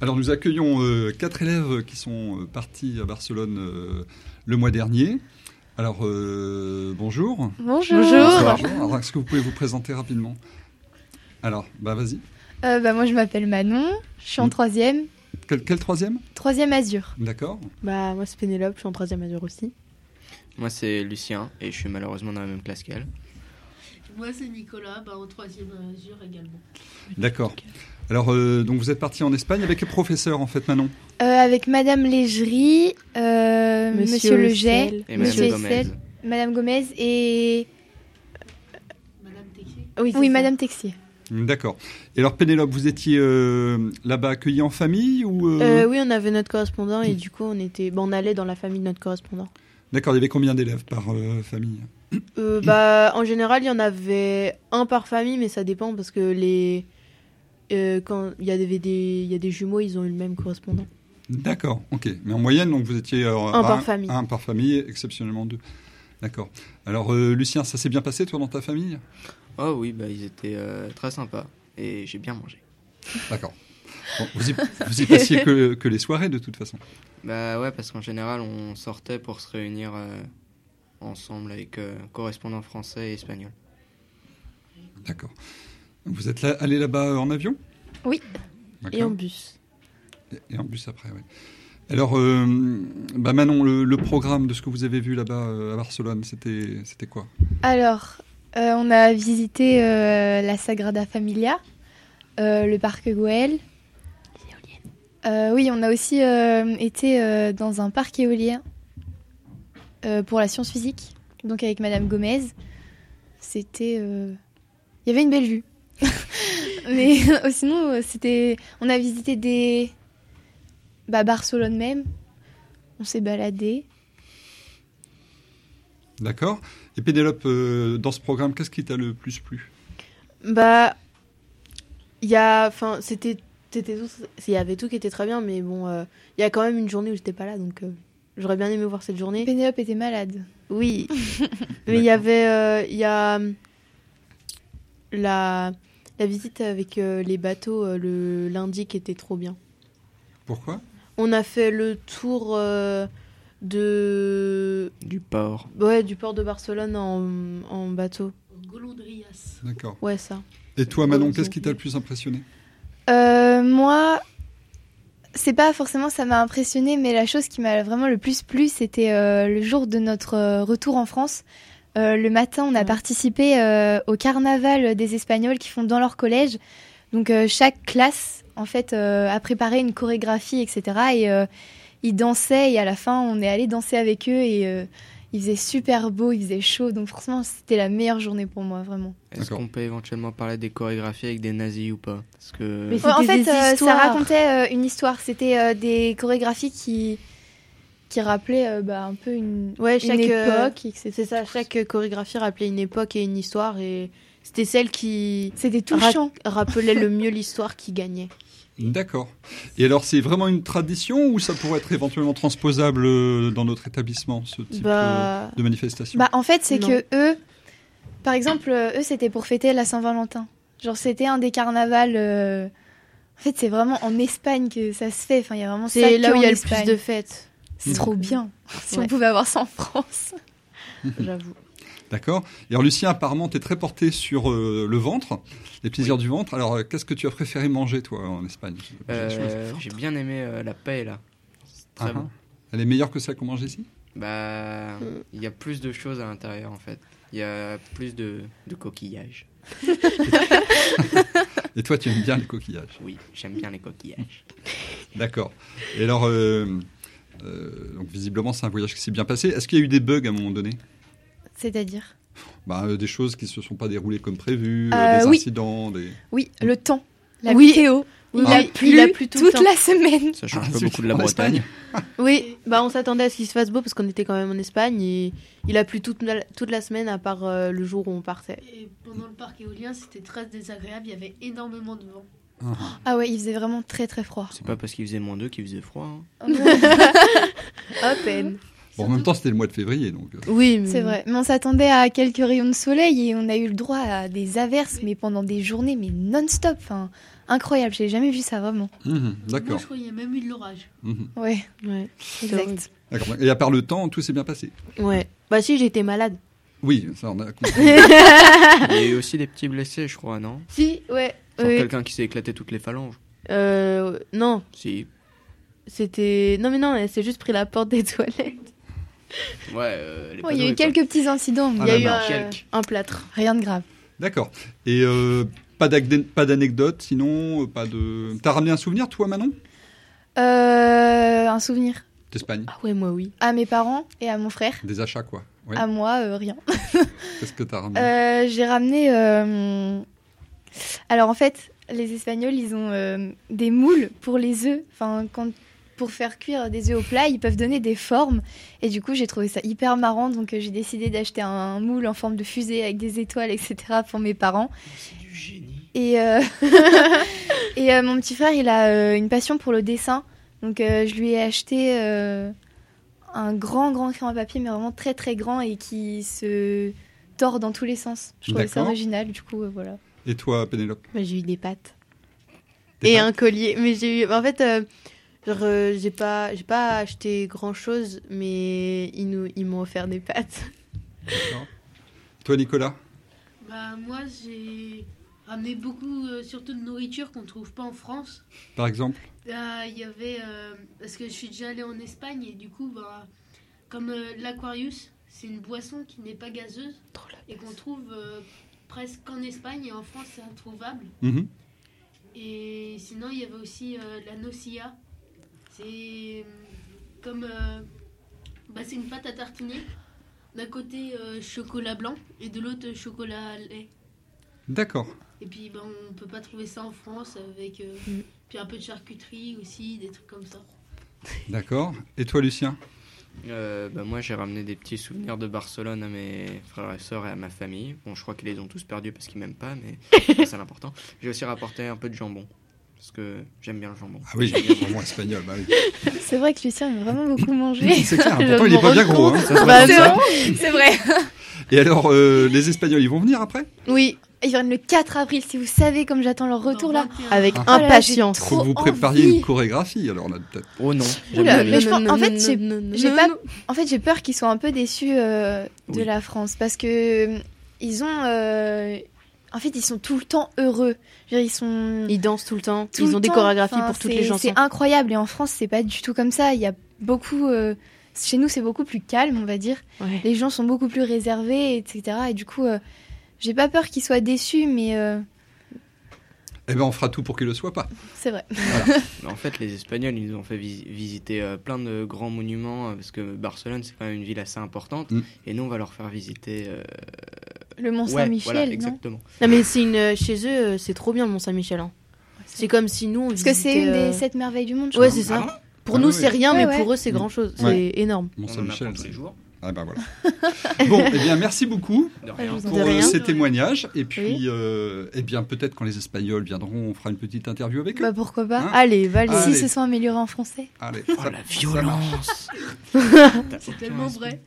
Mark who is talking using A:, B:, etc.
A: Alors nous accueillons euh, quatre élèves qui sont euh, partis à Barcelone euh, le mois dernier. Alors euh, bonjour.
B: Bonjour.
A: Alors, alors, est-ce que vous pouvez vous présenter rapidement Alors, bah vas-y.
B: Euh, bah, moi, je m'appelle Manon. Je suis en
A: Mm.
B: troisième.
A: Quel, quel troisième
B: Troisième Azur.
A: D'accord.
C: Bah moi c'est Pénélope, je suis en troisième azur aussi.
D: Moi, c'est Lucien et je suis malheureusement dans la même classe qu'elle.
E: Moi, c'est Nicolas, bah, au troisième mesure également.
A: D'accord. Alors euh, donc vous êtes parti en Espagne avec les professeurs en fait Manon.
B: Euh, avec Madame Légerie, euh, Monsieur, Leget,
C: Ciel.
D: Et
B: Monsieur
D: Madame
B: Essel.
D: Gomez.
B: Madame Gomez et
E: Madame Texier
C: Oui, c'est
B: oui
C: ça.
B: Madame Texier.
A: D'accord. Et alors Pénélope, vous étiez euh, là-bas accueillie en famille ou euh,
C: Euh, oui, on avait notre correspondant et du coup on était, bon, on allait dans la famille de notre correspondant.
A: D'accord, il y avait combien d'élèves par euh, famille
C: Euh, bah en général il y en avait un par famille, mais ça dépend parce que les euh, quand il y avait des il y a des jumeaux, ils ont eu le même correspondant.
A: D'accord, ok. Mais en moyenne, donc vous étiez euh,
C: Un par famille.
A: Un par famille, exceptionnellement deux. D'accord. Alors, euh, Lucien, ça s'est bien passé, toi, dans ta famille
D: Oh oui, bah, ils étaient euh, très sympas et j'ai bien mangé.
A: D'accord. Bon, vous, y, vous y passiez que, que les soirées, de toute façon.
D: Bah ouais, parce qu'en général, on sortait pour se réunir euh, ensemble avec euh, correspondants français et espagnols.
A: D'accord. Vous êtes là, allé là-bas euh, en avion
B: Oui.
A: D'accord.
C: Et en bus.
A: Et- et en bus après, oui. Alors, euh, bah Manon, le, le programme de ce que vous avez vu là-bas euh, à Barcelone, c'était c'était quoi
B: Alors, euh, on a visité euh, la Sagrada Familia, euh, le parc Goël. Euh, oui, on a aussi euh, été euh, dans un parc éolien euh, pour la science physique, donc avec Madame Gomez. C'était, euh, il y avait une belle vue. Mais euh, sinon, euh, c'était, on a visité des, bah, Barcelone même. On s'est baladé.
A: D'accord. Et Pénélope, euh, dans ce programme, qu'est-ce qui t'a le plus plu
C: Bah il y a, enfin c'était c'était tout, il y avait tout qui était très bien, mais bon euh, il y a quand même une journée où j'étais pas là donc. euh, J'aurais bien aimé voir cette journée.
B: Pénélope était malade.
C: Oui. Mais il y
A: D'accord.
C: avait euh, il y a hum, la la visite avec euh, les bateaux euh, le lundi qui était trop bien.
A: Pourquoi
C: On a fait le tour euh, de
D: Du port.
C: ouais du port de Barcelone en, en bateau.
E: au Golondrias.
A: D'accord.
C: Ouais ça.
A: Et toi, Manon,
C: Volontiers.
A: qu'est-ce qui t'a le plus impressionné
B: Euh, moi, c'est pas forcément ça m'a impressionné, mais la chose qui m'a vraiment le plus plu, c'était euh, le jour de notre euh, retour en France. Euh, le matin, on a
C: Ouais.
B: participé euh, au carnaval des Espagnols qui font dans leur collège. Donc euh, chaque classe, en fait, euh, a préparé une chorégraphie, etc. Et euh, ils dansaient et à la fin, on est allé danser avec eux et euh, il faisait super beau, il faisait chaud. Donc franchement, c'était la meilleure journée pour moi, vraiment.
D: Est-ce
A: D'accord.
D: qu'on peut éventuellement parler des chorégraphies avec des nazis ou pas Parce que.
C: Mais
B: Ouais, en
C: C'était
B: fait,
C: des
B: euh, ça
C: histoires.
B: racontait euh, une histoire. C'était euh, des chorégraphies qui, qui rappelaient euh, bah, un peu une,
C: Ouais
B: une
C: chaque euh,
B: époque. etc.
C: c'est ça chaque chorégraphie rappelait une époque et une histoire et c'était celle qui
B: C'était
C: ra-
B: touchant.
C: rappelait le mieux l'histoire qui gagnait.
D: Mm.
A: D'accord. Et alors, c'est vraiment une tradition ou ça pourrait être éventuellement transposable euh, dans notre établissement, ce type
C: Bah
A: euh, de manifestation
B: Bah, en fait, c'est
C: Non.
B: que eux, par exemple, euh, eux, c'était pour fêter la Saint-Valentin. Genre, c'était un des carnavals. euh, En fait, c'est vraiment en Espagne que ça se fait. Enfin, il y a vraiment ça
C: c'est là
B: que
C: où il y a
B: en
C: le
B: Espagne.
C: plus de fêtes,
B: C'est trop bien. si on
C: Ouais.
B: pouvait avoir ça en France.
C: j'avoue.
A: D'accord. Et alors, Lucien, apparemment, tu es très porté sur euh, le ventre, les plaisirs du ventre. Alors, euh, qu'est-ce que tu as préféré manger, toi, en Espagne
D: euh, j'ai bien aimé euh, la paella. C'est
A: Ah,
D: Très
A: ah.
D: bon.
A: Elle est meilleure que celle qu'on mange ici
D: Bah,
C: Mm.
D: il y a plus de choses à l'intérieur en fait. Il y a plus de, de coquillages.
A: Et toi, tu aimes bien les coquillages.
D: Oui, j'aime bien les coquillages.
A: D'accord. Et alors, euh, euh, donc, visiblement, c'est un voyage qui s'est bien passé. Est-ce qu'il y a eu des bugs à un moment donné
B: C'est-à-dire
A: Bah, euh, Des choses qui ne se sont pas déroulées comme prévu, euh,
B: Euh,
A: des
B: oui.
A: incidents,
D: Ah,
A: des...
B: Oui, le temps. La
C: Oui.
B: météo. Il,
C: Ah.
B: a plu
C: Il a plu tout le
B: toute
C: temps.
B: la semaine.
D: Ça change
A: Ah,
D: pas
A: c'est
D: beaucoup de la
A: en Espagne.
D: Bretagne.
C: Oui, bah on s'attendait à ce qu'il se fasse beau parce qu'on était quand même en Espagne et il a plu toute la, toute la semaine à part euh, le jour où on partait.
E: Et pendant le parc éolien, c'était très désagréable, il y avait énormément de vent.
A: Ah, ah.
B: Ah ouais, il faisait vraiment très très froid.
D: C'est pas parce qu'il faisait moins 2 qu'il faisait froid. hein.
C: À peine.
A: Bon, en même temps, c'était le mois de février, donc. euh,
C: Oui, mais-
B: C'est vrai. Mais on s'attendait à quelques rayons de soleil et on a eu le droit à des averses, mais pendant des journées, mais non-stop. Enfin, incroyable. J'ai jamais vu ça vraiment.
A: Mhm,
E: Moi,
A: D'accord.
E: je croyais même eu de l'orage.
A: Mhm.
B: Ouais,
C: Ouais. horrible.
B: exact.
A: D'accord. Et à part le temps, tout s'est bien passé.
C: Ouais. Bah si, j'étais malade.
A: Oui, ça on a compris.
D: Il y a eu aussi des petits blessés, je crois, non
C: Si, ouais.
D: Genre
C: ouais.
D: quelqu'un qui s'est éclaté toutes les phalanges.
C: Euh, non,
D: Si.
C: c'était... Non mais non, elle s'est juste pris la porte des toilettes.
D: Ouais, euh, les
B: Bon, il y a
D: panneaux,
B: eu quelques petits incidents, mais
A: Ah
C: Il y a
A: bah
C: eu
A: non.
C: un,
D: Quelques.
C: un plâtre.
B: rien de grave.
A: D'accord. Et euh, pas d'acd- pas d'anecdote, sinon euh, pas de. T'as ramené un souvenir, toi, Manon
B: Euh, un souvenir
A: D'Espagne
C: Ah ouais, moi oui.
B: à mes parents et à mon frère.
A: Des achats, quoi. Ouais.
B: À moi, euh, rien.
A: Qu'est-ce que t'as ramené
B: Euh, j'ai ramené. euh, Alors en fait, les Espagnols, ils ont euh, des moules pour les œufs. Enfin, quand- pour faire cuire des œufs au plat, ils peuvent donner des formes. Et du coup, j'ai trouvé ça hyper marrant. Donc euh, j'ai décidé d'acheter un moule en forme de fusée avec des étoiles, etc. pour mes parents.
D: C'est du génie.
B: Et, euh, et euh, mon petit frère, il a euh, une passion pour le dessin. Donc euh, je lui ai acheté euh, un grand, grand crayon à papier, mais vraiment très, très grand et qui se tord dans tous les sens. Je trouvais ça
A: D'accord.
B: original, du coup, euh, voilà.
A: Et toi, Pénélope
C: Bah, j'ai eu des pattes.
A: Des
C: et
A: pattes
C: un collier. Mais j'ai eu. En fait, euh, genre, euh, j'ai pas, j'ai pas acheté grand chose, mais ils nous, ils m'ont offert des pâtes.
A: D'accord. Toi, Nicolas
E: Bah, moi, j'ai ramené beaucoup, euh, surtout de nourriture qu'on trouve pas en France.
A: par exemple
E: Là, Il y avait. euh, parce que je suis déjà allée en Espagne et du coup, bah, comme euh, l'Aquarius, c'est une boisson qui n'est pas gazeuse et qu'on trouve euh, presque qu'en Espagne et en France, c'est introuvable.
A: Mhm.
E: Et sinon, il y avait aussi euh, la nocilla. C'est euh, comme. euh, bah, c'est une pâte à tartiner. D'un côté, euh, chocolat blanc et de l'autre, euh, chocolat à lait.
A: D'accord.
E: Et puis, bah, on peut pas trouver ça en France avec. euh,
C: Mm.
E: Puis un peu de charcuterie aussi, des trucs comme ça.
A: D'accord. Et toi, Lucien
D: Euh, bah, moi, j'ai ramené des petits souvenirs de Barcelone à mes frères et sœurs et à ma famille. Bon, je crois qu'ils les ont tous perdus parce qu'ils m'aiment pas, mais c'est l'important. J'ai aussi rapporté un peu de jambon. Parce que j'aime bien le jambon.
A: Ah oui, j'ai bien vraiment espagnol. bah oui.
B: C'est vrai que Lucien aime vraiment beaucoup manger.
A: C'est clair,
C: Je
A: pourtant il est
C: me
A: pas bien
C: rends
A: gros. hein.
D: Ça se
C: Bah,
D: voit comme
B: C'est vrai.
A: Et alors, euh, les Espagnols, ils vont venir après
C: Oui,
B: Ils viennent le 4 avril, si vous savez comme j'attends leur retour
E: Dans
B: là.
E: 21.
C: avec
A: Ah.
C: impatience.
A: Faut que
B: Trop
A: vous prépariez
B: envie.
A: une chorégraphie, alors là, peut-être.
D: Oh non, j'aime
B: Oula,
D: bien les-
B: mais je pense- en fait, j'ai- j'ai
C: j'ai
B: pas- En fait, j'ai peur qu'ils soient un peu déçus euh, de
D: Oui.
B: la France parce que euh, ils ont. euh, en fait, ils sont tout le temps heureux. Je veux dire, ils sont.
C: Ils dansent tout le temps.
B: tout
C: ils
B: le
C: ont des
B: temps.
C: chorégraphies
B: Enfin,
C: pour toutes
B: c'est-
C: les chansons.
B: C'est incroyable. Et en France, c'est pas du tout comme ça. Il y a beaucoup. euh, chez nous, c'est beaucoup plus calme, on va dire.
C: Ouais.
B: Les gens sont beaucoup plus réservés, etc. Et du coup, euh, j'ai pas peur qu'ils soient déçus, mais euh,
A: Eh ben, on fera tout pour qu'ils le soient pas.
B: c'est vrai.
D: Mais en fait, les Espagnols, ils nous ont fait visi- visiter euh, plein de grands monuments, euh, parce que Barcelone, c'est quand même une ville assez importante,
A: Mm.
D: et nous, on va leur faire visiter... euh,
B: Le Mont
D: ouais,
B: Saint-Michel,
D: voilà,
B: non
D: exactement.
C: Non mais c'est une, chez eux, euh, c'est trop bien le Mont Saint-Michel. hein.
B: c'est
C: C'est comme si nous, on
B: Parce que c'est
C: visitait,
B: une
C: euh,
B: des sept merveilles du monde. je
C: Ouais,
B: crois.
C: c'est ça. Pour
A: Ah
C: nous,
A: oui. Mm.
C: c'est rien,
B: Ouais,
C: mais
B: ouais.
C: pour eux, c'est grand chose.
A: Ouais.
C: C'est énorme.
A: Mont
D: On en apprend
A: Saint-Michel.
D: tous les jours,
A: Ah ben voilà. bon, eh bien, merci beaucoup
D: de
B: Ah, je
D: rien.
B: vous en
A: pour
C: De
A: euh,
C: rien.
A: ces témoignages. Et puis, euh, eh bien, peut-être quand les Espagnols viendront, on fera une petite interview avec eux.
B: Bah pourquoi pas.
A: Hein
C: Allez, va
A: Ah,
B: si
A: allez.
C: Oh,
B: se sont améliorés en français.
A: Allez,
D: Oh, la Oh, violence
E: C'est tellement vrai.